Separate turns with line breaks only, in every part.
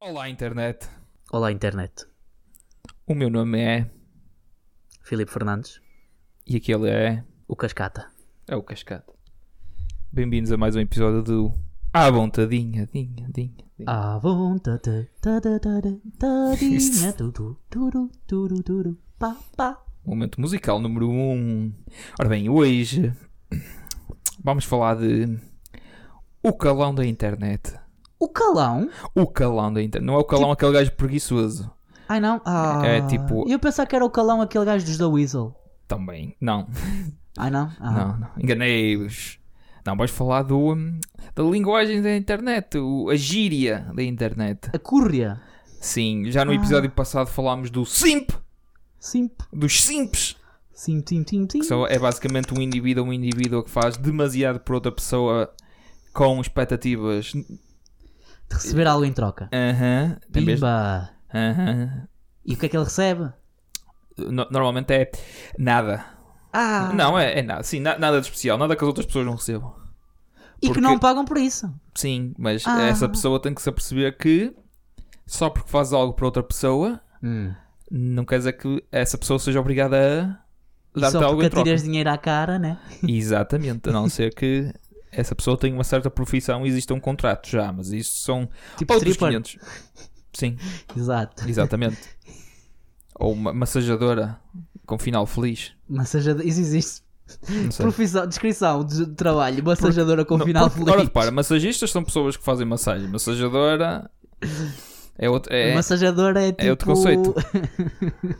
Olá, internet.
Olá, internet.
O meu nome é.
Filipe Fernandes,
E aquele é.
o Cascata.
É o Cascata. Bem-vindos a mais um episódio do. À vontadinha, dinha, dinha, dinha.
À vontade, ta ta ta ta, tadinha, tudo, turu, turu, turu, pá, pá.
Momento musical número 1. Um. Ora bem, hoje. Vamos falar de. O calão da internet.
O calão?
O calão da internet. Não é o calão aquele gajo preguiçoso.
Ai não, ah.
É, tipo-
Eu pensava que era o calão aquele gajo dos The Weasel.
Também. Não.
Ai não, ah.
Não, não. Enganei-vos. Não, vamos falar do. hum, Da linguagem da internet. o- A gíria da internet.
A cúria.
Sim, já
Ah.
no episódio passado falámos do simp,
Sim,
dos simps,
sim, tim, tim, tim.
que são, é basicamente um indivíduo, um indivíduo que faz demasiado por outra pessoa com expectativas.
De receber algo em troca.
Aham, é mesmo?
Pimba.
Aham.
E o que é que ele recebe?
No- Normalmente é nada.
Ah,
Não, é, é nada. Sim, na- nada de especial, nada que as outras pessoas não recebam.
e
porque-
que não pagam por isso.
Sim, mas
Ah.
essa pessoa tem que se aperceber que só porque faz algo para outra pessoa,
Hum.
não quer dizer que essa pessoa seja obrigada a
E
dar-te
só
algo
porque
em troca.
atiras dinheiro à cara, né?
Exatamente, a não ser que essa pessoa tenha uma certa profissão e exista um contrato já, mas isso são
Tipo
outros
stripper.
500. Sim,
Exato.
exatamente. Ou uma massajadora com final feliz.
Massajador, isso existe.
Não sei.
Profissão, descrição de trabalho, massajadora com
Não,
final
porque- Ora,
feliz.
repara, massagistas são pessoas que fazem massagem. Massajadora é outro. É,
Massajadora é tipo.
outro conceito.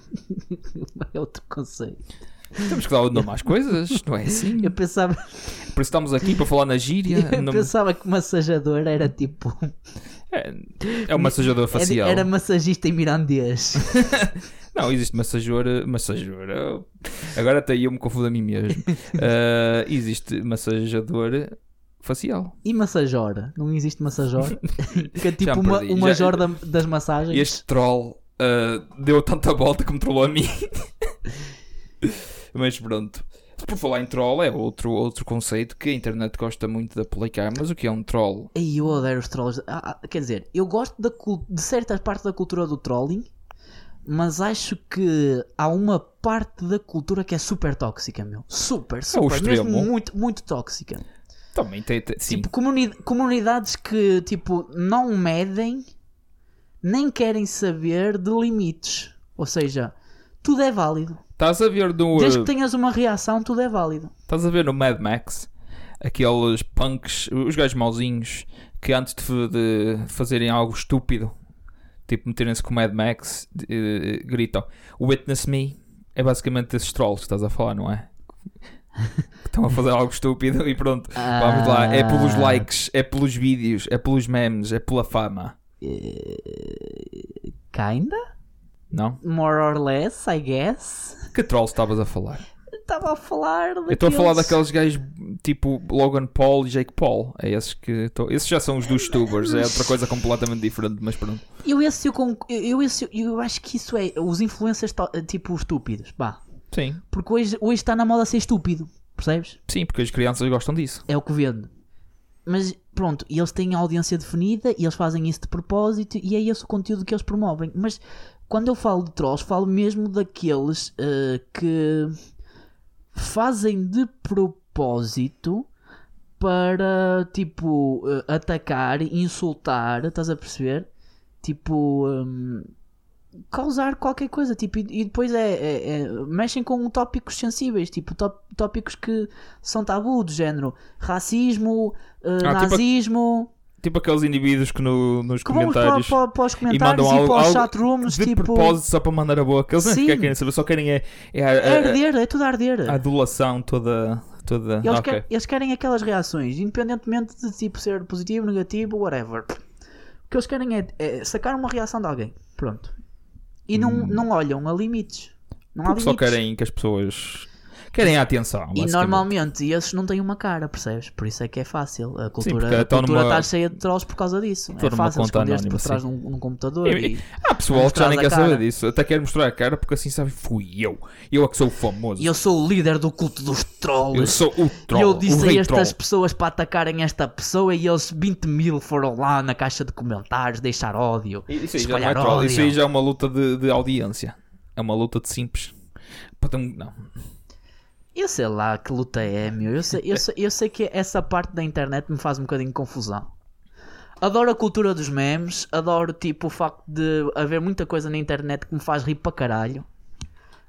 é outro conceito.
Temos que dar o nome às coisas, não é assim?
Eu pensava,
Por isso estamos aqui para falar na gíria.
eu
não-
pensava que massajadora era tipo.
é, é um massajador facial.
Era, era massagista em mirandês.
Não, existe massajora. Massajora. eh, Agora até eu me confundo a mim mesmo. Ah, existe massajador facial.
E massajora? Não existe massajora? que é
Já
tipo
me
uma,
perdi.
uma
Já-
jor da- das massagens.
Este troll ah, deu tanta volta que me trollou a mim. Mas pronto. Por falar em troll, é outro, outro conceito que a internet gosta muito de aplicar. Mas o que é um troll?
Ai, eu odeio os trolls. Ah, ah, quer dizer, eu gosto da cul- de certa parte da cultura do trolling, mas acho que há uma parte da cultura que é super tóxica, meu. Super, super. mesmo
extremo.
muito, muito tóxica.
Também tem. tem- sim.
Tipo, comuni- comunidades que, tipo, não medem, nem querem saber de limites. Ou seja, tudo é válido.
Estás a ver no.
Desde que
ah,
tenhas uma reação, tudo é válido.
Estás a ver no Mad Max? Aqueles punks, os gajos mauzinhos que antes de, de fazerem algo estúpido, tipo meterem-se com o Mad Max, de- eh, gritam Witness Me. É basicamente esses trolls que estás a falar, não é? Que Estão a fazer algo estúpido e pronto. Vamos lá, é pelos likes, é pelos vídeos, é pelos memes, é pela fama.
Eh, Kinda?
Não?
More or less, I guess.
Que trolls estavas a falar?
Estava a falar
Eu estou a falar daqueles gajos tipo Logan Paul e Jake Paul. É esses que estou. Esses já são os dos tubers, é outra coisa completamente diferente, mas pronto.
Eu esse eu, conc- eu, eu esse eu acho que isso é os influencers to- tipo estúpidos, pá.
Sim,
Porque hoje hoje está na moda ser estúpido, percebes?
sim, porque as crianças gostam disso.
É o que vende. Mas pronto, e eles têm a audiência definida e eles fazem isso de propósito e é esse o conteúdo que eles promovem. Mas quando eu falo de trolls, falo mesmo daqueles eh, que fazem de propósito para tipo eh, atacar, insultar, estás a perceber? Tipo. hum, causar qualquer coisa, tipo, e, e depois é, é- é- mexem com tópicos sensíveis, tipo, tó- tópicos que são tabu, do género racismo, eh,
Ah, tipo a-
nazismo,
Tipo aqueles indivíduos que no- nos
que vão para,
comentários.
para, para os
mandam
comentários e,
algo-
para os
algo
chatrooms,
De
tipo,
propósito, só para mandar a boca. Eles nem
Sim.
sequer querem saber, só querem é, é a,
arder, é tudo a arder.
a- a adulação toda. toda... Ah,
Eles,
ok.
quer- eles querem aquelas reações, independentemente de tipo ser positivo, negativo, whatever. O que eles querem é, é sacar uma reação de alguém. Pronto. E não, não olham a limites. Não há
Hum. Porque só
limites.
querem que as pessoas. Querem a atenção.
E
basicamente.
normalmente esses não têm uma cara, percebes? Por isso é que é fácil. A cultura
porque
a
estão
cultura
numa-
está cheia de trolls por causa disso.
estão
É
numa
fácil
conta
esconder-se por
anónima,
trás de um, de um computador.
E-
E...
Há pessoal que já nem
Mostrar
quer
a cara.
saber disso. Até quer mostrar a cara porque assim sabe, fui eu. Eu é que sou o famoso.
e eu sou o líder do culto dos
Eu
trolls.
sou o troll.
e eu disse
o
a
rei
estas
troll.
pessoas para atacarem esta pessoa e eles 20 mil foram lá na caixa de comentários deixar ódio.
Isso aí já não é
espalhar
troll.
ódio.
Isso aí já é uma luta de, de audiência. É uma luta de simples. Para um- Não.
Eu sei lá que luta é, meu. Eu sei, eu, sei, eu sei que essa parte da internet me faz um bocadinho de confusão. Adoro a cultura dos memes, adoro tipo o facto de haver muita coisa na internet que me faz rir para caralho.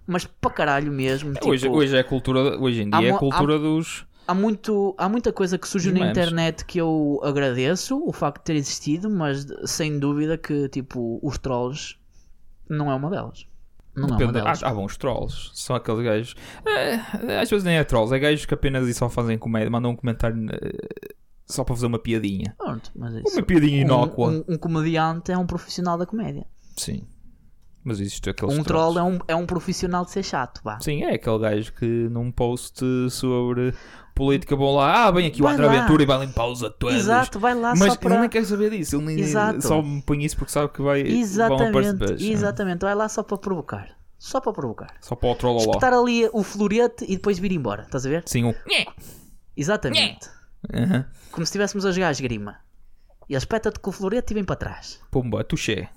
Mas para caralho mesmo. Tipo,
hoje, hoje é a cultura. Hoje em
há
dia é a
mo-
cultura dos.
Há, muito, há muita coisa que surge
Dos
na
memes.
internet que eu agradeço o facto de ter existido, mas de- sem dúvida que tipo os trolls não é uma delas. Não é uma
Depende, Ah,
delas.
há, há bons trolls. São aqueles gajos. é, às vezes nem é trolls. É gajos que apenas e só fazem comédia. Mandam um comentário eh, só para fazer uma piadinha.
Pronto, mas isso.
Uma piadinha
Um-
inócua.
um- um comediante é um profissional da comédia.
Sim. Mas existe aqueles
Um
trolls.
troll é um, é um profissional de ser chato, vá.
Sim, é aquele gajo que num post sobre política vão lá, ah, vem aqui o
Vai
André
lá.
Ventura e vai limpar os atuais.
Exato, vai lá
Mas
só para.
ele nem quer saber disso, ele nem,
Exato.
só me põe isso porque sabe que vai é- vão aparecer. né? é?
Exatamente, exatamente, vai lá só para provocar. Só para provocar.
Só para o troll lá.
Espetar ali o florete e depois vir embora, estás a ver?
Sim, um.
Exatamente.
Aham.
Como se estivéssemos a jogar esgrima. E ele espeta-te com o florete e vem para trás.
Pumba, touché.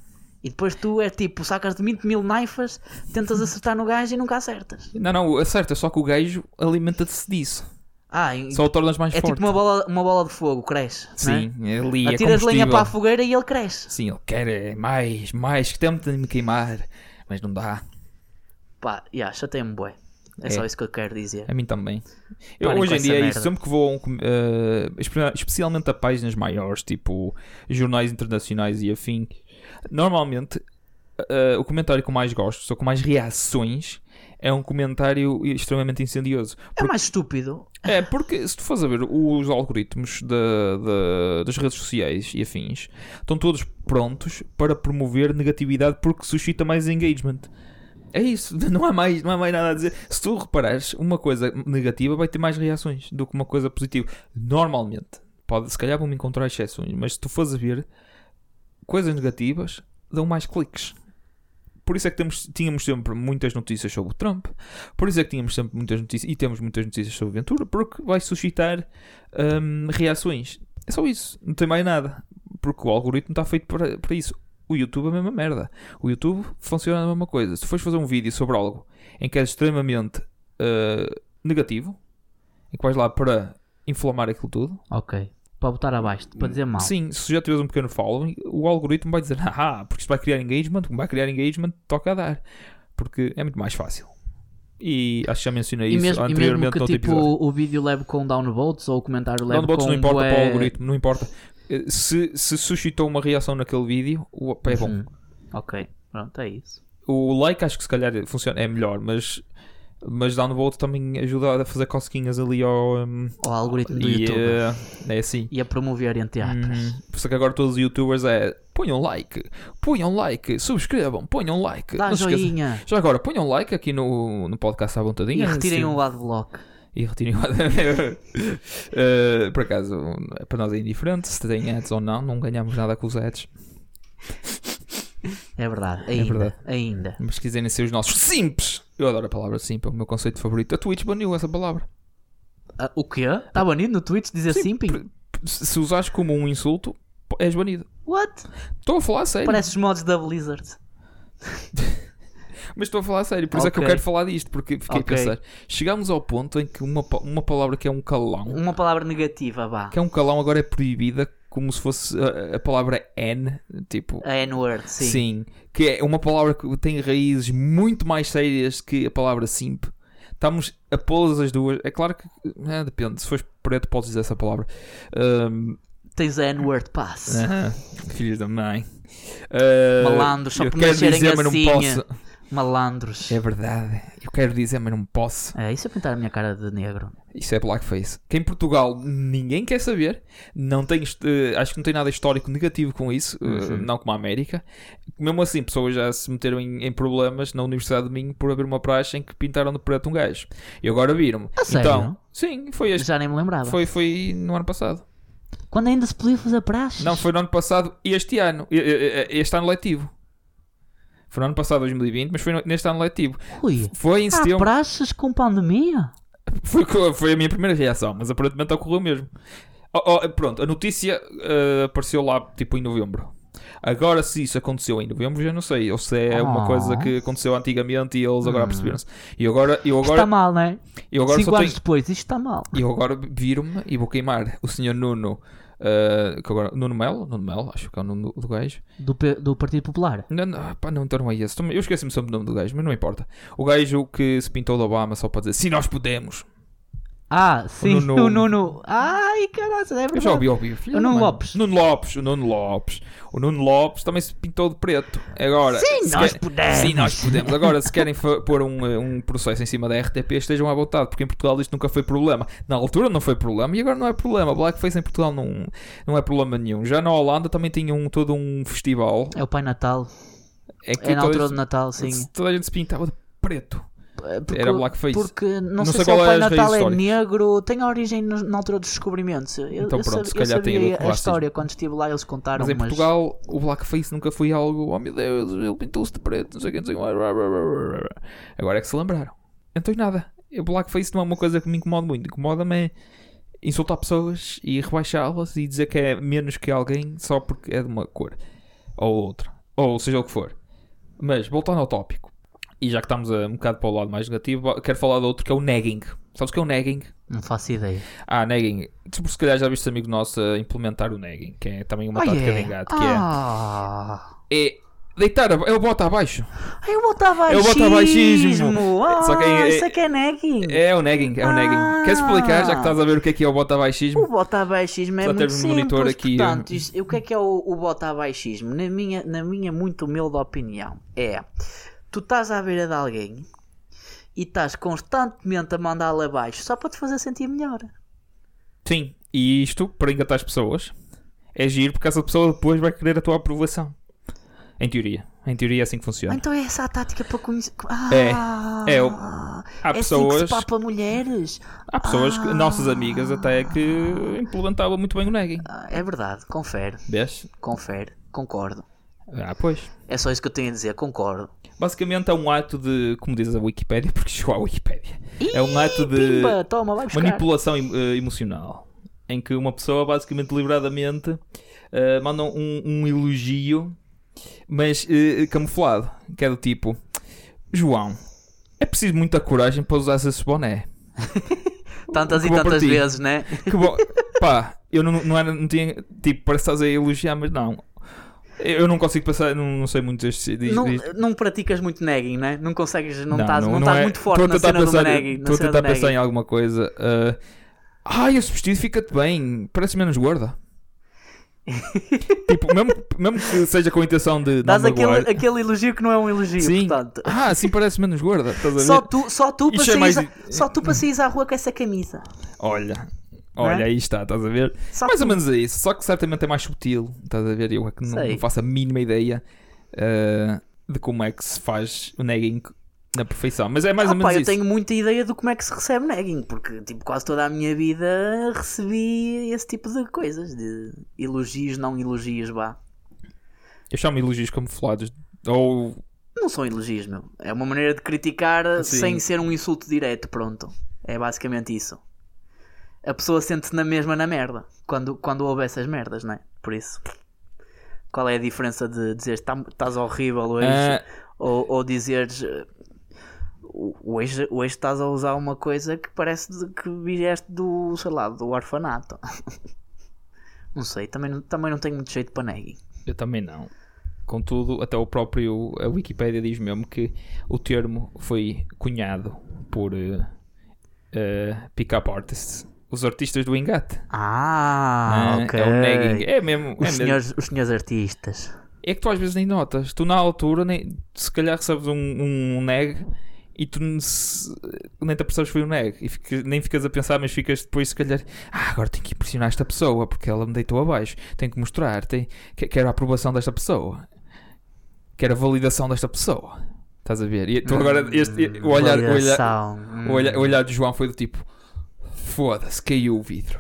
E depois tu é tipo, sacas de 20 mil naifas, tentas acertar no gajo e nunca acertas.
Não, não, acerta, só que o gajo alimenta-se disso.
Ah, e-
Só o tornas mais
é
forte.
tipo uma bola, uma bola de fogo, cresce. não é?
Sim, ali é
Atiras lenha
combustível.
para a fogueira e ele cresce.
Sim, ele quer é mais, mais, que tenta me queimar, mas não dá.
Pá, já, chatei-me, bué. É,
É.
só isso que eu quero dizer.
A mim também. Eu,
Parem
hoje
com
em
essa
dia é isso.
merda.
Sempre que vou a um, com- eh, espe- especialmente a páginas maiores, tipo jornais internacionais e afim, normalmente eh, o comentário que eu mais gosto, ou com mais reações, é um comentário extremamente incendioso.
É mais estúpido.
É, porque se tu fores a ver os algoritmos da- da- das redes sociais e afins, estão todos prontos para promover negatividade porque suscita mais engagement. É isso, não há mais, não há mais nada a dizer. Se tu reparares, uma coisa negativa vai ter mais reações do que uma coisa positiva. Normalmente, pode, se calhar vão me encontrar exceções, mas se tu fores a ver, coisas negativas dão mais cliques. Por isso é que temos, tínhamos sempre muitas notícias sobre o Trump, por isso é que tínhamos sempre muitas notícias e temos muitas notícias sobre Ventura, porque vai suscitar hum, reações. É só isso, não tem mais nada, porque o algoritmo está feito para, para isso. O YouTube é a mesma merda. O YouTube funciona a mesma coisa. Se fores fazer um vídeo sobre algo em que é extremamente ah, negativo, em que vais lá para inflamar aquilo tudo,
Ok. Para botar abaixo, para dizer mal.
Sim, se já tiveres um pequeno following, o algoritmo vai dizer, ah, porque isto vai criar engagement, como vai criar engagement, toca a dar. Porque é muito mais fácil. E acho que já mencionei
E
isso
mesmo, e mesmo
anteriormente
que
noutro
tipo
episódio.
o vídeo leve com downvotes ou o comentário leve
Downvotes
com
não importa
bué-
para o algoritmo, não importa. Eh, Se, se suscitou uma reação naquele vídeo, o- é bom.
Hum. Ok, pronto, é isso.
O like acho que se calhar funciona, é melhor, mas, mas downvote também ajuda a fazer cosquinhas ali ao... hum,
O algoritmo do
e,
YouTube.
eh, é assim.
E a promover entre aspas.
Uhum. Por isso é que agora todos os youtubers é ponham like, ponham like, subscrevam, ponham like.
Dá
Não se esqueçam-
joinha.
Já agora, ponham like aqui no, no podcast à vontadinha.
E retirem
Sim.
o adblock.
E retirem o. Eh, por acaso, para nós é indiferente se tem ads ou não, não ganhamos nada com os ads.
É verdade, ainda.
verdade.
Ainda.
Mas se quiserem ser os nossos simples, eu adoro a palavra simples, é o meu conceito favorito. A Twitch baniu essa palavra.
Ah, o quê? Está banido no Twitch dizer simping?
Se se usares como um insulto, és banido.
What?
Estou a falar a sério.
Parece os mods da Blizzard.
Mas estou a falar a sério, por isso é que eu
Ok.
quero falar disto, porque fiquei
Ok.
a pensar. Chegámos ao ponto em que uma, pa- uma palavra que é um calão,
Uma palavra negativa, vá.
que é um calão agora é proibida, como se fosse a, a palavra N, tipo.
A N-word, Ah, sim.
que é uma palavra que tem raízes muito mais sérias que a palavra simp. Estamos a pô-las as duas. É claro que eh, depende, se fores preto, podes dizer essa palavra. Ahm,
Tens a N-word pass.
aham, filhos da mãe. Ah,
Malandros, só
eu
por
É. quero
nascerem
dizer, mas
assim.
não posso.
Malandros.
É verdade. Eu quero dizer, mas não posso.
É, isso é pintar a minha cara de negro.
Isso é blackface. Que em Portugal ninguém quer saber. Não tem, hist- eh, acho que não tem nada histórico negativo com isso. eh,
Uhum.
Não como a América. Mesmo assim, pessoas já se meteram em, em problemas na Universidade de Minho por abrir uma praxe em que pintaram de preto um gajo. E agora viram-me.
A sério?
Então, sim, foi este.
Já nem me lembrava.
Foi, foi no ano passado.
Quando ainda se podia fazer praxes?
Não, foi no ano passado e este ano. E- e- e- Este ano letivo. Foi no ano passado, 2020, mas foi no- neste ano letivo.
Ui,
Foi em
há
setembro.
praxes com pandemia?
Foi, co- foi a minha primeira reação, mas aparentemente ocorreu mesmo. Oh, oh, pronto, a notícia eh, apareceu lá tipo em novembro. Agora, se isso aconteceu em novembro, já não sei. Ou se é uma
Oh.
coisa que aconteceu antigamente e eles agora perceberam-se. E agora, eu
Hum. Está
agora,
mal, não é?
eu agora
Cinco
só
anos
tenho.
depois, isto está mal.
Eu agora viro-me e vou queimar o senhor Nuno. eh, que agora, Nuno Melo, Nuno Melo, acho que é o nome do, do gajo.
Do, P- do Partido Popular.
Não, não, pá, não, então não é esse. Também- Eu esqueci-me sempre o nome do gajo, mas não importa. O gajo que se pintou de Obama só para dizer se nós podemos.
Ah, sim, o
Nuno-
Nuno. Ai, caralho, é
Eu já
verdade.
ouvi ao vivo.
O Nuno
Mano.
Lopes.
Nuno Lopes, o Nuno Lopes. O Nuno Lopes também se pintou de preto. Agora,
Sim,
se
nós
quer-
podemos.
Sim, nós podemos. Agora, se querem fa- pôr um, eh, um processo em cima da RTP, estejam à vontade, porque em Portugal isto nunca foi problema. Na altura não foi problema e agora não é problema. Blackface em Portugal não, não é problema nenhum. Já na Holanda também tinha um, todo um festival.
É o Pai Natal.
É que
É
toda
na altura
a
do
gente-
Natal, sim. É,
Toda a gente se pintava de preto.
Porque,
Era blackface.
Porque
Não
não, sei,
sei
se o
qual é
Pai
as raízes
Natal é
históricas.
negro, tem a origem no- na altura dos descobrimentos. Eu,
Então
eu
pronto,
sabe-
se
eu
calhar tem a ver
sabia
com
a
racismo.
história quando estive lá, eles contaram.
Mas em Portugal o blackface nunca foi algo, oh meu Deus, ele pintou-se de preto, não sei o que, não sei o que. mais." Agora é que se lembraram. Então e nada. O blackface não é uma coisa que me incomoda muito. Incomoda-me é insultar pessoas e rebaixá-las e dizer que é menos que alguém só porque é de uma cor ou outra, ou seja o que for. Mas voltando ao tópico, e já que estamos a, um bocado para o lado mais negativo, quero falar de outro que é o nagging. Sabes o que é o nagging?
Não faço ideia.
Ah, nagging. Tu, se calhar, já viste amigo nosso a implementar o nagging, que é também uma
Ah,
tática
é?
de engate, que é
Ah,
é deitar, a- é o bota abaixo.
eu botava
Eu botava
baixismo. Ah,
Só que é-
isso é que é nagging.
É o nagging, é o
Ah.
nagging. Queres explicar, já que estás a ver o que é que é o bota abaixismo?
O bota abaixismo é
Só
muito
temos um
simples,
monitor aqui, um-
portanto,
eu-
isto- o que é que é o, o bota abaixismo? Na minha, na minha muito humilde opinião, é, tu estás à beira de alguém e estás constantemente a mandá-lo abaixo só para te fazer sentir melhor.
Sim, e isto, para engatar as pessoas, é giro porque essa pessoa depois vai querer a tua aprovação. Em teoria. Em teoria é assim que
Ah,
funciona.
Então é essa a tática para conhecer... Ah,
É, é o- Há
é assim que se Ah.
pessoas,
papa mulheres?
há pessoas, que- nossas amigas até, que implementavam muito bem o nagging.
Ah, é verdade, confere,
Vês?
confere, concordo.
Ah, pois.
É só isso que eu tenho a dizer, concordo.
Basicamente é um ato de, como diz a Wikipédia, porque chegou à Wikipédia, é um ato de
Pimba, toma, vai buscar.
manipulação em- eh, emocional em que uma pessoa basicamente deliberadamente eh, manda um, um elogio mas eh, camuflado que é do tipo João é preciso muita coragem para usar esse boné
Tantas e
Vou por
tantas
ti.
vezes, né?
que bom pá eu não, não, era, não tinha tipo parece que estás a elogiar mas não eu eu não consigo passar não, não sei muito deste, disto,
não,
disto.
não praticas muito nagging, né? Não consegues, não
Não,
estás não,
não- não
estás
é-
muito forte
Estou
na
a tentar
cena do
pensar-
nagging.
Estou a tentar pensar em alguma coisa. ah, Ai, esse vestido fica-te bem. Parece menos gorda. tipo, mesmo, mesmo que seja com a intenção de não
Dás aquele,
magoar.
aquele elogio que não é um elogio,
Sim.
portanto.
Ah, sim, parece menos gorda. Estás a ver?
Só tu, só, tu
Isso é
passeias,
mais-
a- só tu passeias à rua com essa camisa.
Olha. Olha,
Não é?
aí está, estás a ver?
Só
Mais
tu.
ou menos é isso, só que certamente é mais sutil, estás a ver? Eu é que não,
Sei.
não faço a mínima ideia ah, de como é que se faz o nagging na perfeição, mas é mais
Ah,
ou
pá,
menos
eu
isso.
tenho muita ideia de como é que se recebe nagging, porque tipo, quase toda a minha vida recebi esse tipo de coisas, de elogios, não elogios, vá.
Eu chamo elogios camuflados, ou
Não são elogios, meu. É uma maneira de criticar
Sim.
sem ser um insulto direto, pronto. É basicamente isso. A pessoa sente-se na mesma na merda quando, quando houve essas merdas, não é? Por isso. Qual é a diferença de dizer estás horrível hoje
Ah.
ou, ou dizeres eh, hoje, hoje estás a usar uma coisa que parece de- que vieste do, sei lá, do orfanato? não sei, também não, também não tenho muito jeito para neguing.
Eu também não. Contudo, até o próprio a Wikipédia diz mesmo que o termo foi cunhado por eh, eh, pick-up artists, os artistas do engate.
Ah,
né?
ok.
É o nagging. É mesmo. é
Os
mesmo.
senhores, os senhores artistas.
É que tu às vezes nem notas. Tu na altura, nem, se calhar recebes um, um neg e tu nem se- nem te apercebes que foi um neg. E fica- nem ficas a pensar, mas ficas depois, se calhar, ah, agora tenho que impressionar esta pessoa porque ela me deitou abaixo. Tenho que mostrar, tenho, que- quero a aprovação desta pessoa, quero a validação desta pessoa. Estás a ver? E tu Então
Hum.
agora, este, o olhar- o olhar,
Validação.
o
Hum.
olhar, o olhar do João foi do tipo: foda-se, caiu o vidro.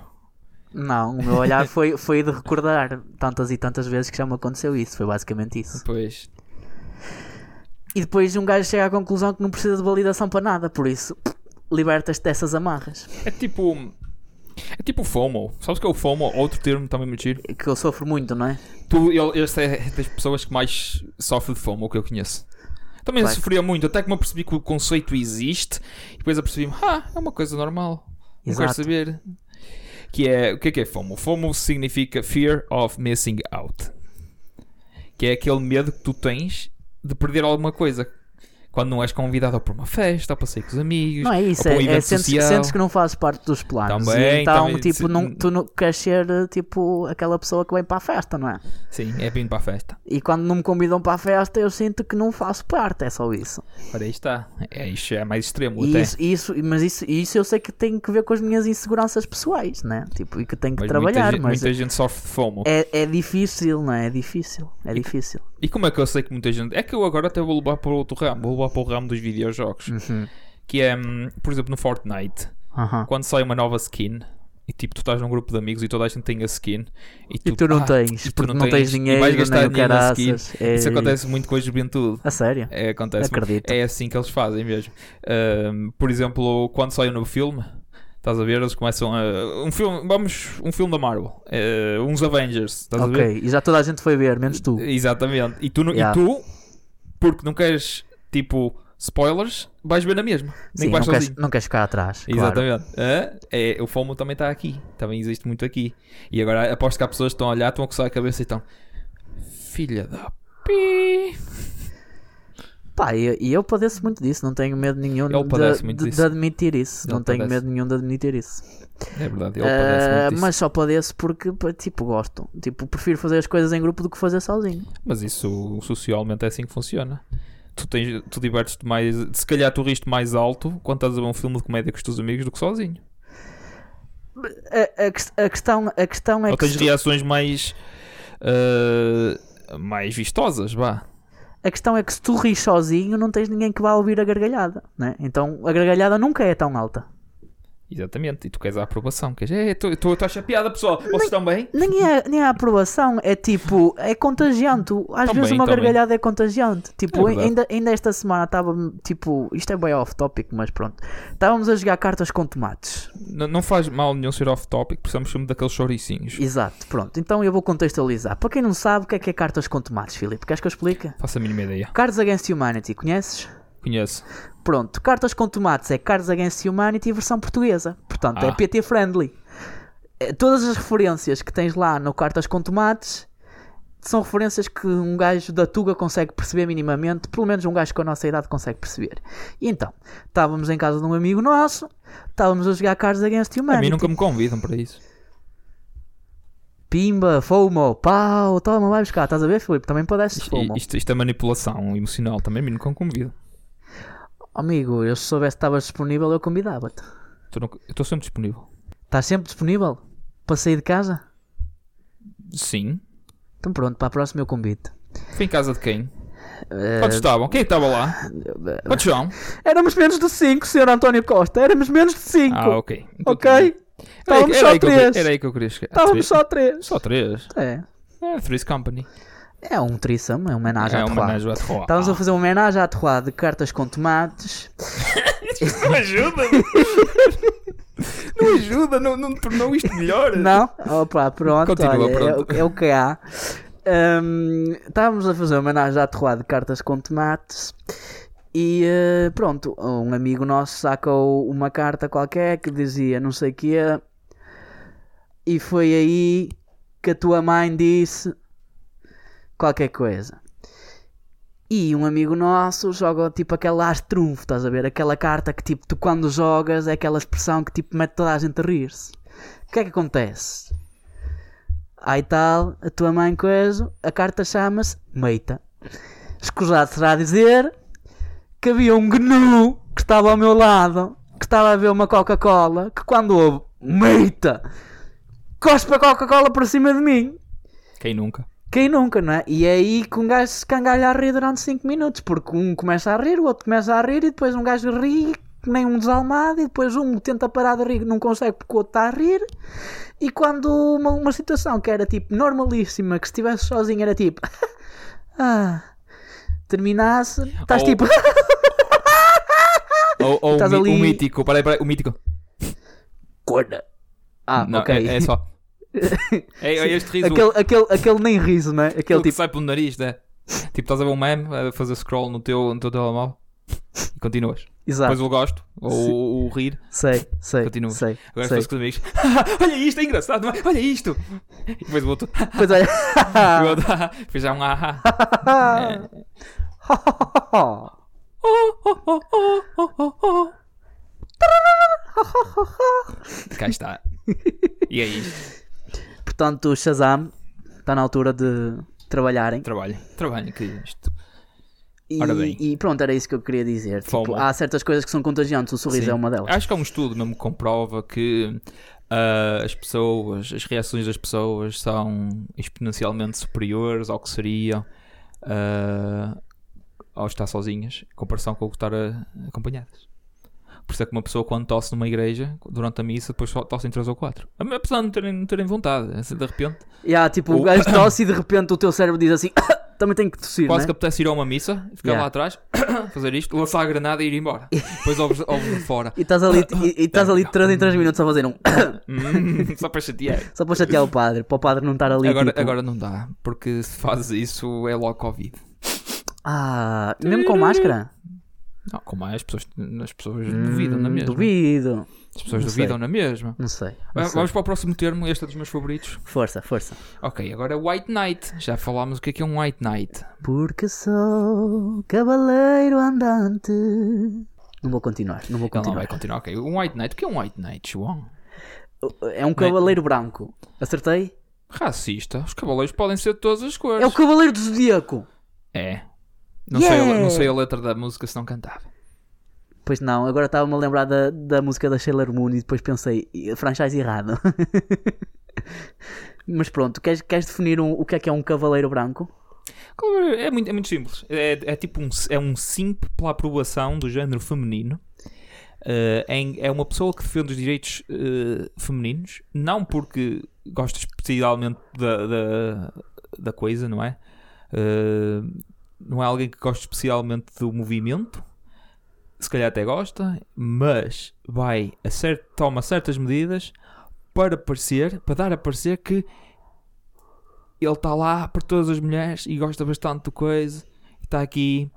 Não, o meu olhar foi, foi de recordar tantas e tantas vezes que já me aconteceu isso. Foi basicamente isso.
Pois,
E depois um gajo chega à conclusão que não precisa de validação para nada, por isso libertas-te dessas amarras.
é tipo. É tipo FOMO. Sabes o que é o FOMO? Outro termo também muito giro.
É Que eu sofro muito, não é?
Tu, ele, este é das pessoas que mais sofre de FOMO, que eu conheço. Também
Claro.
sofria muito, até que me apercebi que o conceito existe e depois apercebi-me: ah, é uma coisa normal. Não quero
Exato.
saber. Que é, o que é que é FOMO? FOMO significa Fear of Missing Out. Que é aquele medo que tu tens de perder alguma coisa. Quando não és convidado para uma festa, ou para sair com os amigos.
Não é isso,
ou
é,
para um
é
evento
sentes,
social.
sentes que não fazes parte dos planos.
Também,
e então,
também,
tipo,
se-
não, tu não queres ser eh, tipo aquela pessoa que vem para a festa, não é?
Sim, é vindo para a festa.
E quando não me convidam para a festa, eu sinto que não faço parte, é só isso.
Ora, aí está. É, isto é mais extremo
E
até.
isso, isso, mas isso, isso eu sei que tem que ver com as minhas inseguranças pessoais, né? Tipo, e que tenho que
Mas
trabalhar,
muita, gente-
mas
muita gente sofre de FOMO.
é, é difícil, não é? É difícil, é difícil.
E como é que eu sei que muita gente. É que eu agora até vou levar para outro ramo. Vou levar para o ramo dos videojogos.
Uhum.
Que é, hum, por exemplo, no Fortnite.
Aham.
quando sai uma nova skin e tipo tu estás num grupo de amigos e toda a gente tem a skin e tu,
E tu não
ah,
tens,
e tu
porque não tens dinheiro,
e vais
nem
gastar
o
dinheiro na skin.
caraças. É-
Isso acontece muito com a juventude.
A sério?
É, acontece muito.
Acredito.
É assim que eles fazem mesmo. Ahm, por exemplo, quando sai um novo filme, estás a ver, eles começam a. Um filme, vamos, um filme da Marvel, eh, uns Avengers, estás a ver?
Ok, e já toda a gente foi ver, menos tu.
Exatamente. E tu, não-
Yeah.
e tu, porque não queres tipo spoilers, vais ver na mesma. Nem
Sim,
que vais
não,
sozinho.
queres, não queres ficar atrás. Claro.
Exatamente. Hã? É, o FOMO também está aqui. Também existe muito aqui. E agora aposto que há pessoas que estão a olhar, estão a coçar a cabeça e estão. Filha da pi.
Pá, e e eu, padeço muito disso, não tenho medo nenhum
Ele padece
de,
muito
de- de
disso.
admitir isso.
Ele
não tenho
padece.
medo nenhum de admitir isso.
É verdade, ele
Ah,
padece muito disso.
mas só padeço porque, pá, tipo, gosto. Tipo, prefiro fazer as coisas em grupo do que fazer sozinho.
Mas isso socialmente é assim que funciona. Tu, tens, tu divertes-te mais. Se calhar tu riste mais alto quando estás a ver um filme de comédia com os teus amigos do que sozinho.
A, a quest- a questão, a questão é
Ou
que.
tens
se-
reações mais. ah, mais vistosas, vá.
A questão é que se tu ris sozinho, não tens ninguém que vá ouvir a gargalhada, né? Então a gargalhada nunca é tão alta.
Exatamente. E tu queres a aprovação. Queres. É, tu achas piada, pessoal. Vocês estão bem?
Nem é, nem é a aprovação, é tipo, é contagiante. Às
Também,
vezes uma
também.
gargalhada é contagiante.
É
Tipo,
verdade.
ainda, ainda esta semana estava tipo, isto é bem off topic, mas pronto. Estávamos a jogar cartas com tomates.
N- não faz mal nenhum ser off-topic, precisamos sempre daqueles choricinhos.
Exato, pronto. Então eu vou contextualizar. Para quem não sabe, o que é que é cartas com tomates, Filipe? Queres que eu explique?
Faço a mínima ideia.
Cards Against Humanity, conheces?
Conheço.
Pronto, Cartas com Tomates é Cards Against Humanity versão portuguesa. Portanto, é
Ah.
PT friendly. Eh, Todas as referências que tens lá no Cartas com Tomates são referências que um gajo da Tuga consegue perceber minimamente, pelo menos um gajo com a nossa idade consegue perceber. E então, estávamos em casa de um amigo nosso, estávamos a jogar Cards Against
a mim
Humanity.
nunca me convidam para isso.
Pimba, FOMO, pau, toma, vai buscar. Estás a ver, Filipe? Também padeces de
Isto-
FOMO.
Isto, isto é manipulação emocional também, a mim nunca me convidam.
Amigo, eu se soubesse que estavas disponível, eu convidava-te.
Tu nunca- Eu estou sempre disponível.
Estás sempre disponível para sair de casa?
Sim.
Então pronto, para a próxima eu convido.
Fui em casa de quem?
Eh,
Quantos estavam? Quem estava lá? Quantos são?
Éramos menos de 5, Sr. António Costa. Éramos menos de 5.
Ah, ok. Então, era aí-
ok? Estávamos
era
só
aí que eu queria-
3.
Era aí que eu queria chegar.
Estávamos
Três-
só 3.
Só três.
É.
É, Three's Company.
é um trissam, é uma homenagem
É
à
uma
Terroir.
homenagem a Terroir.
Estávamos a fazer uma homenagem à Terroir de cartas com tomates.
Ah. Ajuda-me! não ajuda, não, não tornou isto melhor.
Não? Opa, pronto.
Continua,
olha, é o-
pronto.
É, o que há. Hum, estávamos a fazer uma homenagem à Terroir de cartas com tomates. E eh, pronto, um amigo nosso sacou uma carta qualquer que dizia não sei o quê. E foi aí que a tua mãe disse qualquer coisa. E um amigo nosso joga tipo aquela as trunfo, estás a ver? Aquela carta que tipo tu quando jogas é aquela expressão que tipo mete toda a gente a rir-se. O que é que acontece? Ai tal, a tua mãe coeso, a carta chama-se Meita. Escusado será dizer que havia um gnu que estava ao meu lado, que estava a ver uma Coca-Cola, que quando houve Meita, cospe a Coca-Cola para cima de mim.
Quem nunca?
Quem nunca, não é? E é aí que um gajo se cangalha a rir durante 5 minutos, porque um começa a rir, o outro começa a rir, e depois um gajo ri que nem um desalmado, e depois um tenta parar de rir, não consegue porque o outro está a rir. E quando uma, uma situação que era tipo normalíssima, que se estivesse sozinho era tipo. ah, terminasse, estás
Ou-
tipo.
Ou, ou o,
Estás
mi-
ali-
o mítico, peraí, peraí, o mítico.
Corda! Ah,
Não,
ok.
é, é só. é, é este riso
Aquele, aquele, aquele nem riso, não é?
aquele
Aquele
que
tipo.
sai pelo nariz, né? Tipo, estás a ver um meme, a fazer scroll no teu, no teu telemóvel e continuas.
Exato,
Depois o gosto,
Tá. Sim.
ou o rir.
sei, sei.
Continua.
Sei,
Agora
sei.
estou com os amigos. olha isto, é engraçado, não é? Olha isto! E depois o outro.
Pois é.
e
olha.
o outro fez já um ah. ah. Oh, oh, oh, oh, oh, oh, oh. Cá está. E é isto.
Portanto, o Shazam está na altura de trabalharem.
Trabalho. Trabalho, que isto.
E,
Ora bem.
e pronto, era isso que eu queria dizer. Tipo,
Fome.
há certas coisas que são contagiantes, o sorriso
Sim.
é uma delas.
Acho que há um estudo mesmo que comprova que ah, as pessoas, as reações das pessoas são exponencialmente superiores ao que seriam ah, ao estar sozinhas, em comparação com o estar ah, acompanhadas. Por isso é que uma pessoa quando tosse numa igreja, durante a missa, depois só tosse em três ou quatro. Apesar de não terem, não terem vontade, assim, de repente,
E há tipo, o
O-
gajo tosse e de repente o teu cérebro diz assim: também tenho que tossir,
quase
né?
que apetece ir a uma missa, ficar
Yeah.
lá atrás, fazer isto, lançar a granada e ir embora. Depois ouves, ouves de fora.
E estás ali, e, e estás ali de 3 em 3 minutos a fazer um
Hum, só para chatear.
só para chatear o padre, para o padre não estar ali.
Agora,
tipo,
agora não dá, porque se fazes isso é logo Covid.
Ah, mesmo com máscara?
Não, como é? As pessoas, as pessoas
Hum,
duvidam na mesma.
Duvido.
As pessoas
Não sei.
duvidam na mesma.
Não sei. não
Va-
sei.
Vamos para o próximo termo, este é dos meus favoritos.
Força, força.
Ok, agora é White Knight. Já falámos o que é que é um White Knight.
Porque sou cavaleiro andante. Não vou continuar, não vou
Ele não
continuar.
vai continuar, ok. Um White Knight, o que é um White Knight, João?
É um cavaleiro branco. Acertei?
Racista. Os cavaleiros podem ser de todas as cores.
É o Cavaleiro do Zodíaco!
É. Não, sei a le-
Yeah!
não sei a letra da música se não cantava.
Pois não, agora estava-me a lembrar da, da música da Sailor Moon e depois pensei, "Ih, franchise errado. Mas pronto, queres, queres definir um- o que é que é um Cavaleiro Branco?
Cavaleiro- É muito, é muito simples. É, é tipo um, é um simp pela aprovação do género feminino. Eh, em- é uma pessoa que defende os direitos eh, femininos, não porque gosta especialmente da, da, da coisa, não é? Eh, não é alguém que gosta especialmente do movimento, se calhar até gosta, mas vai a cer- toma certas medidas para parecer, para dar a parecer que ele está lá por todas as mulheres e gosta bastante do coisa e está aqui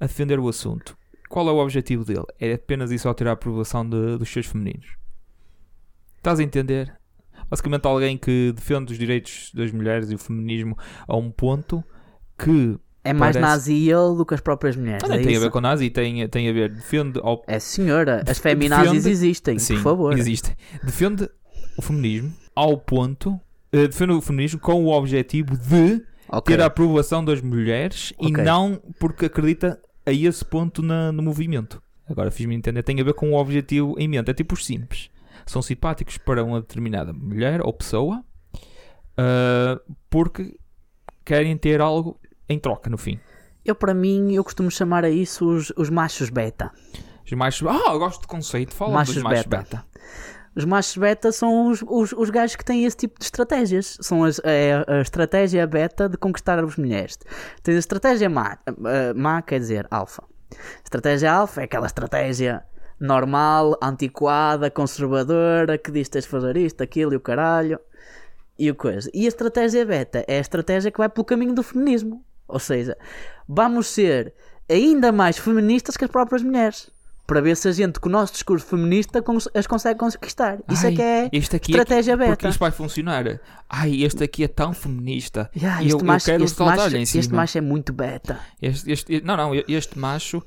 a defender o assunto. Qual é o objetivo dele? É apenas isso ao tirar a aprovação de- dos seus femininos. Estás a entender? Basicamente alguém que defende os direitos das mulheres e o feminismo a um ponto que
É mais
Parece-
nazi ele do que as próprias mulheres.
ah,
é
nem tem a
isso?
ver com nazi, tem, tem a ver, defende ao
É senhora, as feminazis
Defende-
existem, por favor.
Existe. Defende o feminismo ao ponto. eh, defende o feminismo com o objetivo de
Ok.
ter a aprovação das mulheres
Ok.
e não porque acredita a esse ponto na- no movimento. Agora fiz-me entender, tem a ver com o objetivo em mente. É tipo os simples. São simpáticos para uma determinada mulher ou pessoa ah, porque querem ter algo em troca no fim.
Eu, para mim, eu costumo chamar a isso os, os machos beta.
Os machos. Ah, eu gosto de conceito. Fala
Machos
dos machos
beta.
beta.
Os machos beta são os, os, os gajos que têm esse tipo de estratégias. São as, é a estratégia beta de conquistar as mulheres. Tens a estratégia má, eh, má quer dizer alfa. Estratégia alfa é aquela estratégia normal, antiquada, conservadora, que diz que tens de fazer isto, aquilo e o caralho. E o coisa. E a estratégia beta é a estratégia que vai pelo caminho do feminismo. Ou seja, vamos ser ainda mais feministas que as próprias mulheres. Para ver se a gente, com o nosso discurso feminista, cons- as consegue conquistar. Isso é
Ai,
que é
este aqui
estratégia
é, que- Porque
beta.
isto vai funcionar. Ai, este aqui é tão feminista.
Yeah,
e eu,
este
eu
macho-
quero
este macho-
saltar-lhe em cima.
este macho é muito beta.
Este- este- não, não, este macho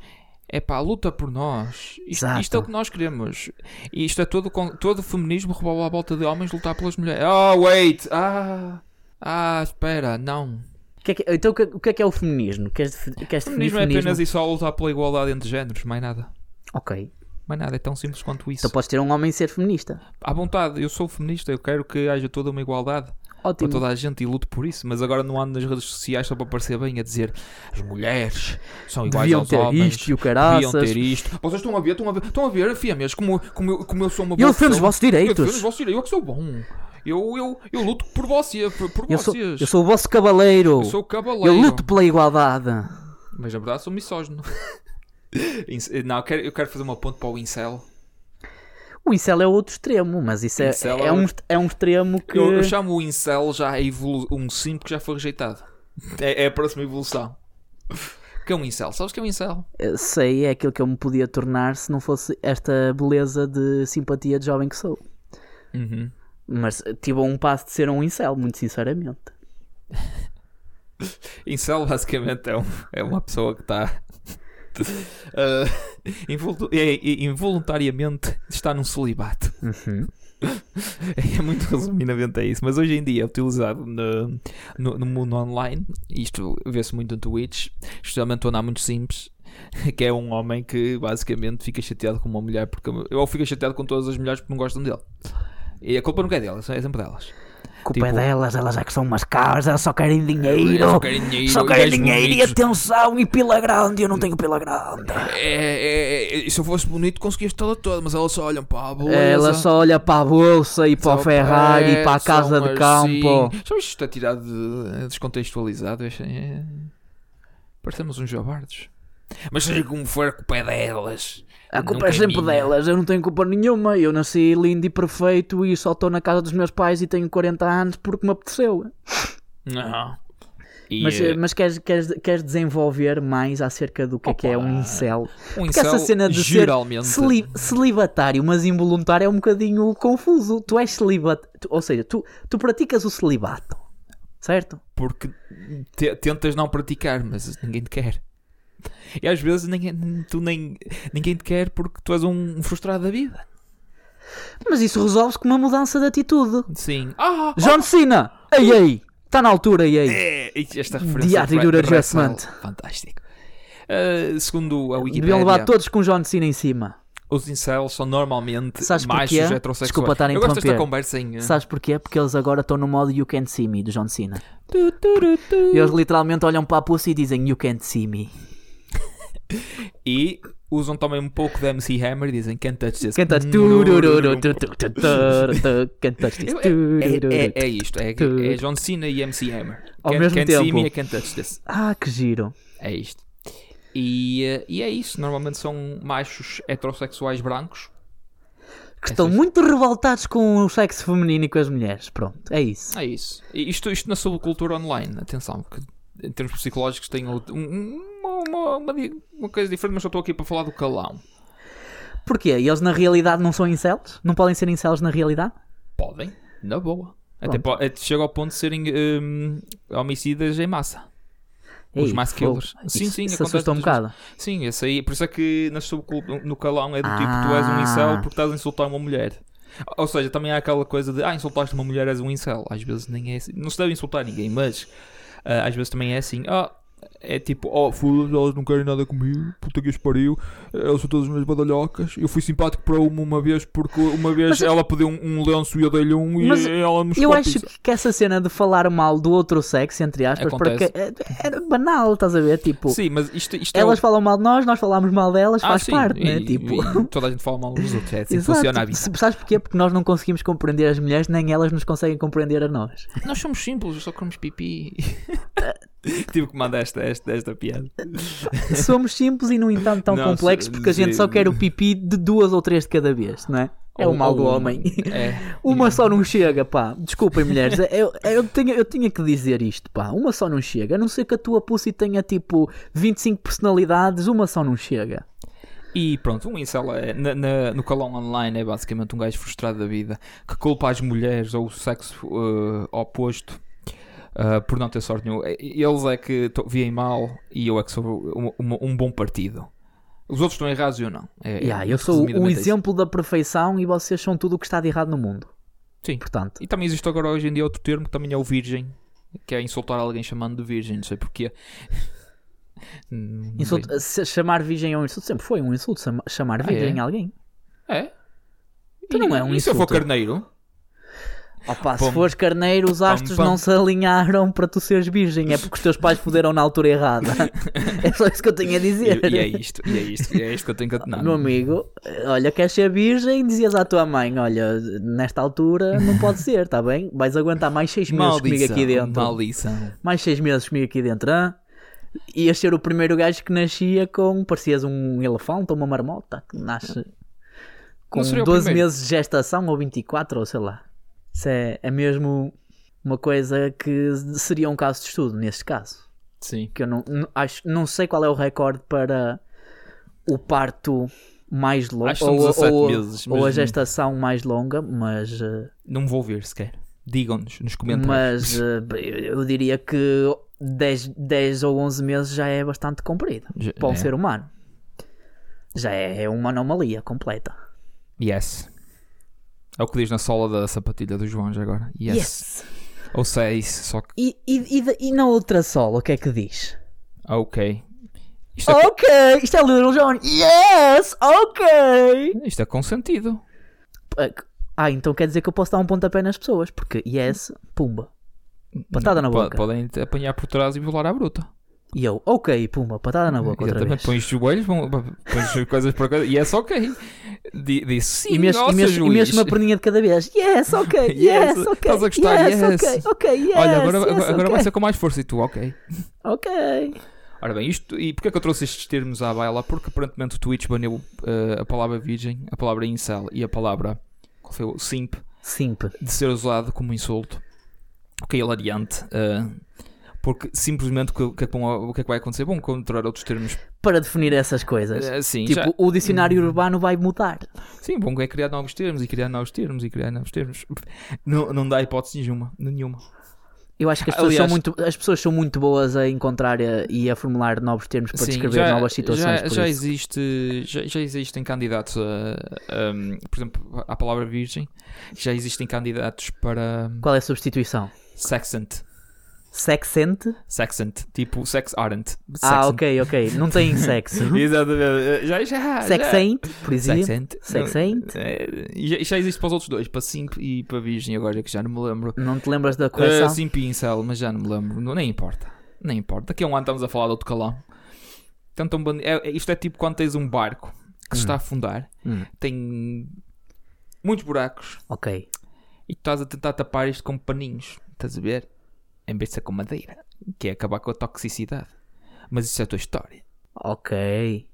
é pá, luta por nós. Isto,
Exato.
isto é o que nós queremos. Isto é todo, con- todo o feminismo revolve à volta de homens lutar pelas mulheres. Oh, wait! Ah, Ah, espera, não.
Que é que- então o que, o que é que é o feminismo? Queres, defi- queres
O feminismo é
definir
apenas e só lutar pela igualdade entre géneros, mais nada.
Ok.
Mais nada, é tão simples quanto isso.
Então podes ter um homem e ser feminista.
À vontade, eu sou feminista, eu quero que haja toda uma igualdade para
Ótimo.
toda a gente e luto por isso, mas agora não ando nas redes sociais só para parecer bem a dizer as mulheres são iguais
Deviam
aos
ter
homens.
isto e o
Deviam
caraças.
ter isto. Vocês estão a ver, estão a ver, estão a ver, fêmeas, como, como, eu, como eu sou uma
E
boa
eu defendo os
pessoa.
vossos direitos.
Eu defendo os vossos direitos, eu é que sou bom. Eu, eu, eu luto por, você, por, por
Eu sou,
vocês.
eu sou o vosso cavaleiro.
Eu sou o cavaleiro.
Eu luto pela igualdade.
Mas na verdade sou misógino. Ince- não, eu quero, eu quero fazer uma ponte para o incel.
O incel é outro extremo, mas isso é,
Incel
é,
é
um, é um extremo que.
Eu, eu chamo o incel já a evolu- um símbolo que já foi rejeitado. É, é a próxima evolução. O que é um incel? Sabes o que é um incel?
Eh, Sei, é aquilo que eu me podia tornar se não fosse esta beleza de simpatia de jovem que sou.
Uhum.
Mas eh, tive um passo de ser um incel, muito sinceramente.
Incel basicamente é, um- é uma pessoa que está ah, involu- é- é- involuntariamente está num celibato. É muito resumidamente é isso, mas hoje em dia é utilizado no, no- no mundo online, isto vê-se muito no Twitch, especialmente quando há muito simples, que é um homem que basicamente fica chateado com uma mulher porque ou fica chateado com todas as mulheres porque não gostam dele. E a culpa nunca é delas, é sempre delas.
A Culpa é
Tipo-
delas, elas é que são umas caras, elas só querem dinheiro.
Só querem dinheiro,
Só
e
querem
gajos
dinheiro e
bonitos.
atenção e pila grande. Eu não tenho pila grande.
É, é, é, se eu fosse bonito conseguias tê-la toda, mas elas só olham para a bolsa.
Ela só olha para a bolsa e para
é. Só-
o Ferrari
é,
e para a casa
são
de campo.
assim. Só isto está tirado de- descontextualizado. é- é- Parecemos uns jabardos. Mas seja como for, a culpa é delas.
A culpa
Nunca
é sempre
minha.
delas, eu não tenho culpa nenhuma. Eu nasci lindo e perfeito e só estou na casa dos meus pais e tenho 40 anos porque me apeteceu.
Não. E,
Mas,
eh,
mas queres, queres, queres desenvolver mais acerca do que é que é um
Opa.
incel?
um
Porque essa
incel,
cena de ser
geralmente,
celi- celibatário, mas involuntário, é um bocadinho confuso. Tu és celibato, tu- ou seja, tu, tu praticas o celibato, certo?
Porque te- tentas não praticar, mas ninguém te quer. E às vezes ninguém, tu nem, ninguém te quer porque tu és um frustrado da vida.
Mas isso resolve-se com uma mudança de atitude.
Sim. Ah,
John Cena! Ei, ei! Está na altura, ei, ei!
É, e esta referência
Diário
de
do
Ra- de
Adjustment.
Russell. Fantástico. Uh, segundo a
Deviam levar
Wikipedia,
todos com John Cena em cima.
os incels são normalmente
Sabes
machos
porquê?
heterossexuais.
Desculpa estar a
Eu gosto desta
interromper.
conversa em... uh,
Sabes porquê? Porque eles agora estão no modo You Can't See Me do John Cena.
tu, tu, tu, tu.
Eles literalmente olham para a pussy e dizem You Can't See Me.
E usam também um pouco de MC Hammer e dizem Can't touch this.
Cantas tururu, tu, tu, tu, tu, tu, cantas
Eu- É,
isto,
é,
tururu.
é, é isto. É, é John Cena e MC Hammer.
Ao
Can't-
mesmo
can't see
tempo.
me, I can't touch this.
Ah, que giro.
É isto. E, uh, e é isso. Normalmente são machos heterossexuais brancos.
Que estão muito revoltados com o sexo feminino e com as mulheres. Pronto, é isso.
É isso. E Isto, isto na subcultura online, atenção, que em termos psicológicos tem outro- um- uma, uma- uma di- uma coisa diferente, mas só estou aqui para falar do calão.
Porquê? Eles na realidade não são incels? Não podem ser incels na realidade?
Podem, na boa. Até, po- até chega ao ponto de serem hum, homicidas em massa. Os
Ei,
mass killers.
fogo.
Sim,
Isso-
sim,
isso
acontece
assusta um
muitas
bocado.
Sim, esse aí. Por isso é que na subcultura, no calão é do tipo tu és um
Ah.
incel porque estás a insultar uma mulher. Ou seja, também há aquela coisa de ah, insultaste uma mulher és um incel. Às vezes nem é assim. Não se deve insultar ninguém, mas ah, às vezes também é assim. Ah, é tipo, oh, foda-se, elas não querem nada comigo, puta que as pariu, elas são todas minhas badalhocas. Eu fui simpático para uma uma vez porque uma vez
Mas eu-
ela pediu um, um lenço e eu dei-lhe um e
Mas
ela me
Eu
chupou a
acho
pizza.
que, que essa cena de falar mal do outro sexo, entre aspas,
Acontece.
porque é, é banal, estás a ver? Tipo,
Sim, mas isto, isto
elas
é. o-
falam mal de nós, nós falamos mal delas,
Ah,
faz
sim,
parte, né?
e-
tipo.
e toda a gente fala mal dos outros, é assim que
Exato.
funciona a vida.
Se- Sabes porquê? Porque nós não conseguimos compreender as mulheres, nem elas nos conseguem compreender a nós.
Nós somos simples, só comemos pipi. Tive que mandar esta, esta, esta piada.
Somos simples e, no entanto, tão
Não,
complexos
se-
porque a gente só quer o pipi de duas ou três de cada vez, não é? É o
Ou- um
mal do
ou-
homem.
É.
Uma só não chega, pá. Desculpem, mulheres. É, Eu, eu, tinha, eu tinha que dizer isto, pá. Uma só não chega. A não ser que a tua pussy tenha tipo 25 personalidades, uma só não chega.
E pronto, um incel é, na- na- no calão online é basicamente um gajo frustrado da vida que culpa as mulheres ou o sexo eh, oposto eh, por não ter sorte nenhuma. Eles é que to- vêm mal e eu é que sou um, um- um bom partido. Os outros estão errados e eu não. É, é,
Yeah, eu sou o
resumidamente é isso.
exemplo da perfeição e vocês são tudo o que está de errado no mundo.
Sim.
Portanto,
E também existe agora hoje em dia outro termo que também é o virgem. que é insultar alguém chamando de virgem, não sei porquê. Não
Insulto- se- chamar virgem é um insulto. Sempre foi um insulto chama- chamar
Ah,
virgem
é?
a alguém.
sei. É?
Então não é um
e se eu for
insulto.
carneiro?
Opa,
Pum.
se fores carneiro, os astros
pum.
não se alinharam para tu seres virgem. É porque os teus pais foderam na altura errada. é só isso que eu tenho a
E,
dizer.
e é isto, e é isto, e é isto que eu tenho que atinar.
Meu amigo, olha, queres ser virgem? Dizias à tua mãe: Olha, nesta altura não pode ser, está bem? Vais aguentar mais seis meses comigo aqui
Maldição,
dentro.
maldição.
Mais seis meses comigo aqui dentro, hã? Ias ser o primeiro gajo que nascia com. Parecias um elefante ou uma marmota que nasce com
Não É. seria o
12
primeiro.
meses de gestação ou 24 ou sei lá. Isso é, é mesmo uma coisa que seria um caso de estudo neste caso.
Sim.
Que eu não, não- acho, não sei qual é o recorde para o parto mais longo
Acho que são 17 meses,
ou a
mas-
gestação mais longa, mas. eh,
Não vou ver sequer. Digam-nos nos comentários.
mas eh, eu diria que 10, 10 ou 11 meses já é bastante comprido
Já-
para um
é.
ser humano. Já é uma anomalia completa. um-
Yes. É o que diz na sola da sapatilha do João já agora. Yes. Ou seis, só que.
E, e, e, da- e na outra sola, o que é que diz?
Ok. Isto é,
Ok, isto é Little John. Yes, ok.
isto é consentido.
Ah, então quer dizer que eu posso dar um pontapé nas pessoas, porque yes, pumba. Patada na
Po-
boca.
Podem te apanhar por trás e violar à bruta.
E eu, ok, pumba, patada na boca outra vez.
Exatamente, pões os joelhos, vão- pões coisas por coisa. E é só ok. Di- Disse sim,
E mesmo,
nossa,
e mesmo, e
juiz.
mesmo a perninha de cada vez. Yes, ok, yes,
Yes,
ok.
estás a gostar, yes.
ok, ok, yes.
Olha, agora,
yes,
agora
ok.
vai ser com mais força e tu, ok.
Ok.
Ora bem, isto, e porquê é que eu trouxe estes termos à baila? Porque aparentemente o Twitch baniu eh, a palavra virgem, a palavra incel e a palavra qual foi o simp
Simp.
de ser usado como insulto. O que é hilariante. eh, porque simplesmente o que, o que é que vão- o que é que vai acontecer? Vão encontrar outros termos.
Para definir essas coisas.
eh, Sim,
tipo,
já-
o dicionário urbano vai mudar.
sim, vão é criar novos termos e criar novos termos e criar novos termos. Não, não dá hipótese nenhuma. nenhuma.
Eu acho que as pessoas,
Aliás-
são, muito, as pessoas são muito boas a encontrar eh, e a formular novos termos para
Sim,
descrever
já-
novas situações.
Já,
por
já
isso.
existe, já, já existem candidatos a, um, por exemplo, à palavra virgem, já existem candidatos para
Qual é a substituição?
sexant,
Sexente?
sexant, tipo sex aren't.
Ah,
sexant.
ok, ok. Não tem sexo.
Exatamente. eh, Já, Ah, já, já.
Sexente, por exemplo.
Sexant.
Sexant.
É, e já, e já existe para os outros dois, para simp e para virgem, agora que já não me lembro.
Não te lembras da
Uh,
correção?
simp e incel, mas já não me lembro, não, nem importa. Nem importa. Daqui a um ano estamos a falar de outro calão. Tanto um bande- é- é- isto é tipo quando tens um barco que se está a afundar
Hum,
tem muitos buracos
ok.
e tu estás a tentar tapar isto com paninhos, estás a ver? Em vez de ser com madeira, que é acabar com a toxicidade. Mas isso é a tua história.
Ok.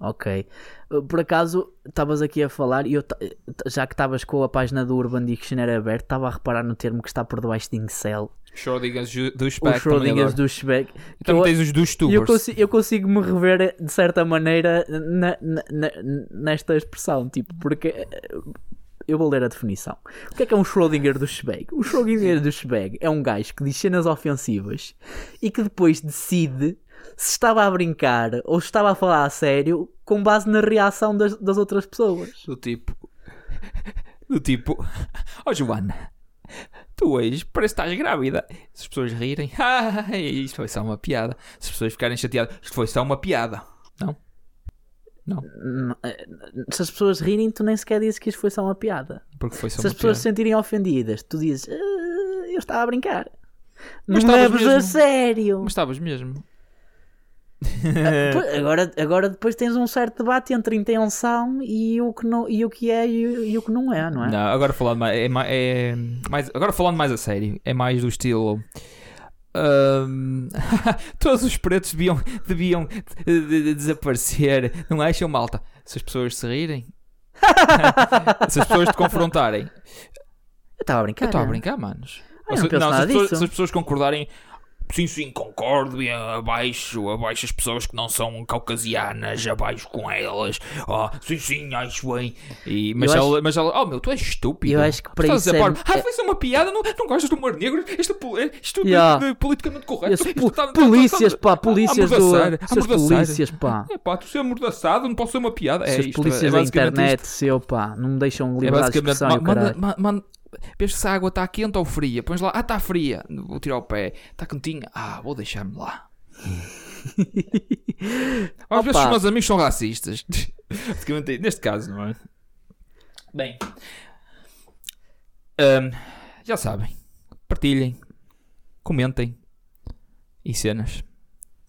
Ok. Uh, Por acaso, estavas aqui a falar e eu, ta- eh, já que estavas com a página do Urban Dictionary aberta, estava a reparar no termo que está por debaixo de incel.
Schrödinger's ju- do
Os
Speck.
Schrödingers
Schrödinger's do
do Schbeck. que
Também
eu-
Então tens os dos
E eu,
tubers.
consi- eu consigo me rever eh, de certa maneira na- na- na- nesta expressão, tipo, porque eh, eu vou ler a definição. O que é que é um Schrödinger do Schweg? O Schrödinger do Schweg é um gajo que diz cenas ofensivas e que depois decide se estava a brincar ou se estava a falar a sério com base na reação das, das outras pessoas.
Do tipo. Do tipo. Oh Joana, tu hoje parece que estás grávida. Se as pessoas rirem, ah, isto foi só uma piada. Se as pessoas ficarem chateadas, isto foi só uma piada. Não?
N- eh, Se as pessoas rirem, tu nem sequer dizes que isto foi só uma piada.
Porque foi só
Se
uma
as pessoas se
piada.
sentirem ofendidas, tu dizes "Ah, eu estava a brincar.
Mas
Mas não
estavas
leves a
mesmo.
sério.
Mas estavas mesmo. É.
Pô, Agora, agora depois tens um certo debate entre a intenção e o que, não, e o que é e, o- e o que não é, não é?
Não, agora falando mais, é, ma- é mais- agora falando mais a sério, é mais do estilo. hum, todos os pretos deviam, deviam eh, de- de- desaparecer, não acham malta? Se as pessoas se rirem, se as pessoas te confrontarem,
Eu estava a
eu
brincar.
estou a
não é?
brincar, manos.
Ah, eu
Ou se-
não penso
se,
nada
as pessoas,
disso.
se as pessoas concordarem, sim, sim, concordo, e abaixo, abaixo as pessoas que não são caucasianas, abaixo com elas, oh, sim, sim, acho bem. E, mas,
Eu
ela, mas ela, oh meu, tu és estúpido.
Eu acho que para
Estás a dizer,
isso é-
parvo, Ah, foi só uma piada, não, não gostas do humor negro, isto, é pol- isto é
Yeah.
de- de politicamente correto.
Esses
isto
po-
tá- tá- tá-
polícias,
tá-
pá, polícias do.
amordaçar,
Seus
amordaçar.
polícias, pá.
É pá, tu ser amordaçado, não posso ser uma piada. É
Seus
isto, é
polícias da
basicamente isto.
internet, seu, pá. Não me deixam
É
liberdade de
basicamente,
expressão e o
ma- manda-
caralho.
ma- manda- vês se a água está quente ou fria. Pões lá, ah, está fria. Vou tirar o pé. Está quentinha. Ah, vou deixar-me lá. Às vezes
Opa.
os meus amigos são racistas. Basicamente, Neste caso, não é? Bem, Ahm, já sabem. Partilhem, comentem e cenas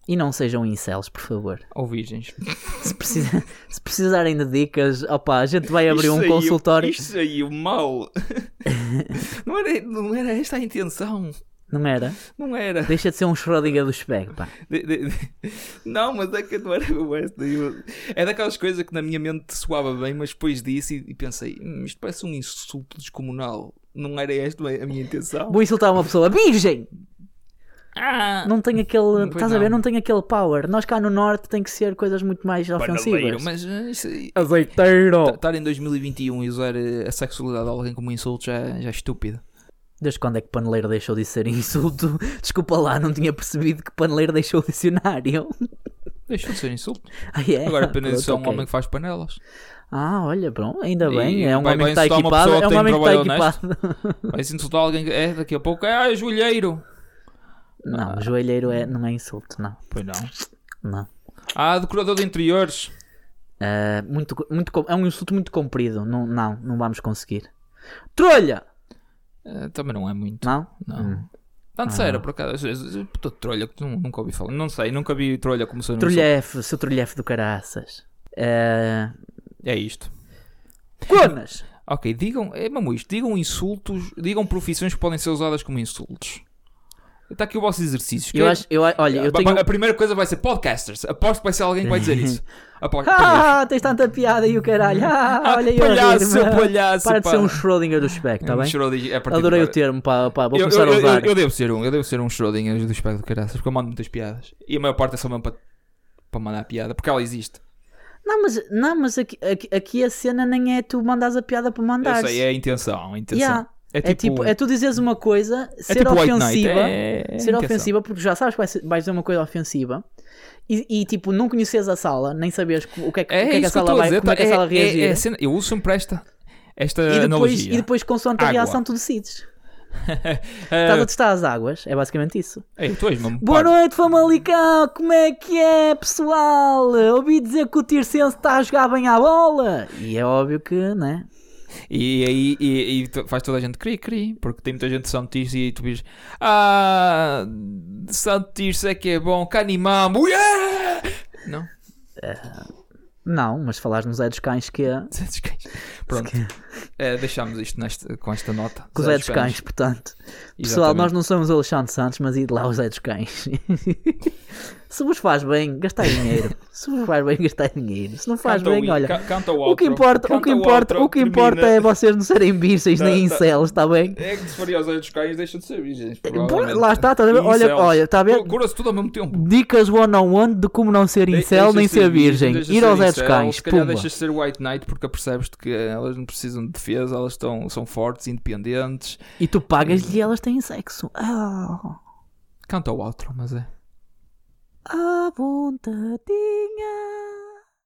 E não sejam incels, por favor.
ou virgens.
Se, precisa- se precisarem de dicas, opa, a gente vai abrir um consultório.
Isto saiu mal. não, era, não era esta a intenção.
Não era?
Não era.
Deixa de ser um Schrödinger do Speg, pá.
De- de- de- Não, mas é que não era como esta. Eu- É daquelas coisas que na minha mente soava bem, mas depois disse e, e pensei: "Hum, isto parece um insulto descomunal. Não era esta a minha intenção.
Vou insultar uma pessoa. Virgem!
Ah,
Não tem aquele.
Pois
Estás a ver?
não.
Não tem aquele power. Nós cá no Norte tem que ser coisas muito mais
paneleiro,
ofensivas.
mas ah, isso aí-
Azeiteiro!
estar em 2021 e usar eh, a sexualidade de alguém como insulto já, já é estúpido.
Desde quando é que paneleiro deixou de ser insulto? Desculpa lá, não tinha percebido que paneleiro deixou o dicionário.
Deixa de ser insulto.
Ah, é?
Agora apenas
Pronto,
sou um
ok.
homem que faz panelas.
Ah, olha, pronto, ainda
E
bem. É um
vai-
homem que está
vai insultar uma pessoa
equipado.
que
É um
tem um
homem que está
trabalho honesto.
equipado.
Vai se insultar alguém que é daqui a pouco. Ah, joelheiro!
Não, joelheiro é, não é insulto, não.
Pois não.
não.
Ah, decorador de interiores.
É, muito, co- muito, com- é um insulto muito comprido. Não, não, não vamos conseguir. Trolha!
Ah, também não é muito.
Não?
Não.
Hum.
Tanto era, por acaso. Eu- Puta de trolha, que nu- nunca ouvi falar. Não sei, nunca vi trolha como se eu não
Trolhefe, seu trolhefe do caraças. É,
sou- É isto.
Conas!
Ok, digam, é mesmo isto. Digam insultos, digam profissões que podem ser usadas como insultos. Está aqui o vosso exercício.
Eu
Quer-
acho, eu, a- olha, eu
Ba-
tenho. um-
ba- A primeira coisa vai ser podcasters. Aposto que vai ser alguém que vai dizer isso. Aposto.
Ah, tens tanta piada e o caralho. Ah, olha eu. a
palhaço,
rir-me.
palhaço,
Para de ser
pá.
um Schrödinger do Speck, está Tá bem?
Schrödinger, é a partir de
Adorei o
agora.
termo, pá, pá, vou
Eu,
começar
eu-
a
eu-
usar.
eu devo ser um, eu devo ser um Schrödinger do espelho do caraças, porque eu mando muitas piadas. E a maior parte é só mesmo para, para mandar a piada, porque ela existe.
Não, mas, não, mas aqui, aqui, aqui a cena nem é tu mandares a piada para
Eu
mandar.
sei, é a intenção, a intenção.
Yeah.
É
É tipo, é tu dizeres uma coisa,
é
ser
tipo White Knight,
ofensiva,
é- é a
ser
intenção.
ofensiva, porque já sabes que vais, vais dizer uma coisa ofensiva e, e, tipo, não conheces a sala, nem sabias co- o que é, que- o
É
que, é que a
isso que eu
sala
estou a
vai,
dizer.
como é que a
tá?
sala
é- é-
reagir.
é a cena- eu uso sempre esta, esta
e, depois,
Eh, analogia.
e depois, consoante a
Água.
reação, tu decides.
É,
Estás a testar as águas, é basicamente isso.
ei, tu és mesmo
Boa
parvo.
noite, Famalicão! Como é que é, pessoal? Ouvi dizer que o Tircense está a jogar bem à bola! E é óbvio que, né?
E aí e, e tu- faz toda a gente cri cri, porque tem muita gente de São Tirso e tu vês Ah, São Tirso é que é bom, Canimambo, yeah! Não?
Não, mas falares nos Zé dos Cães que é.
Pronto, Eh, deixámos isto neste- com esta nota.
Com o Zé dos Cães, portanto. Pessoal,
Exatamente.
nós não somos o Alexandre Santos, mas ir lá o Zé dos Cães. Se vos faz bem, gastar dinheiro. Se vos faz bem, gastar dinheiro. Se não faz
Canta o
bem,
hino,
olha.
ca- canta o
O que
outro,
importa, o
canta
que importa,
outro,
o que importa é
termina.
vocês não serem bichas
Tá,
nem
tá.
incelos, está bem?
É que se faria aos olhos dos cães, deixa de ser virgens.
Pô, Lá está, estás a
provavelmente.
ver? Tá Olha,
Incelos.
olha, está a ver?
Cu- Cura-se tudo ao mesmo tempo.
Dicas one-on-one de como não ser
De-
incel
deixa
nem ser virgem.
deixa
Ir
ser
aos Zé dos
incel,
Cães.
Se calhar
Pumba.
deixas de ser White Knight porque apercebes-te que eh, elas não precisam de defesa, elas estão, são fortes, independentes.
E tu pagas-lhe e elas têm sexo. Ah,
Canta o outro, mas é.
a vontadinha.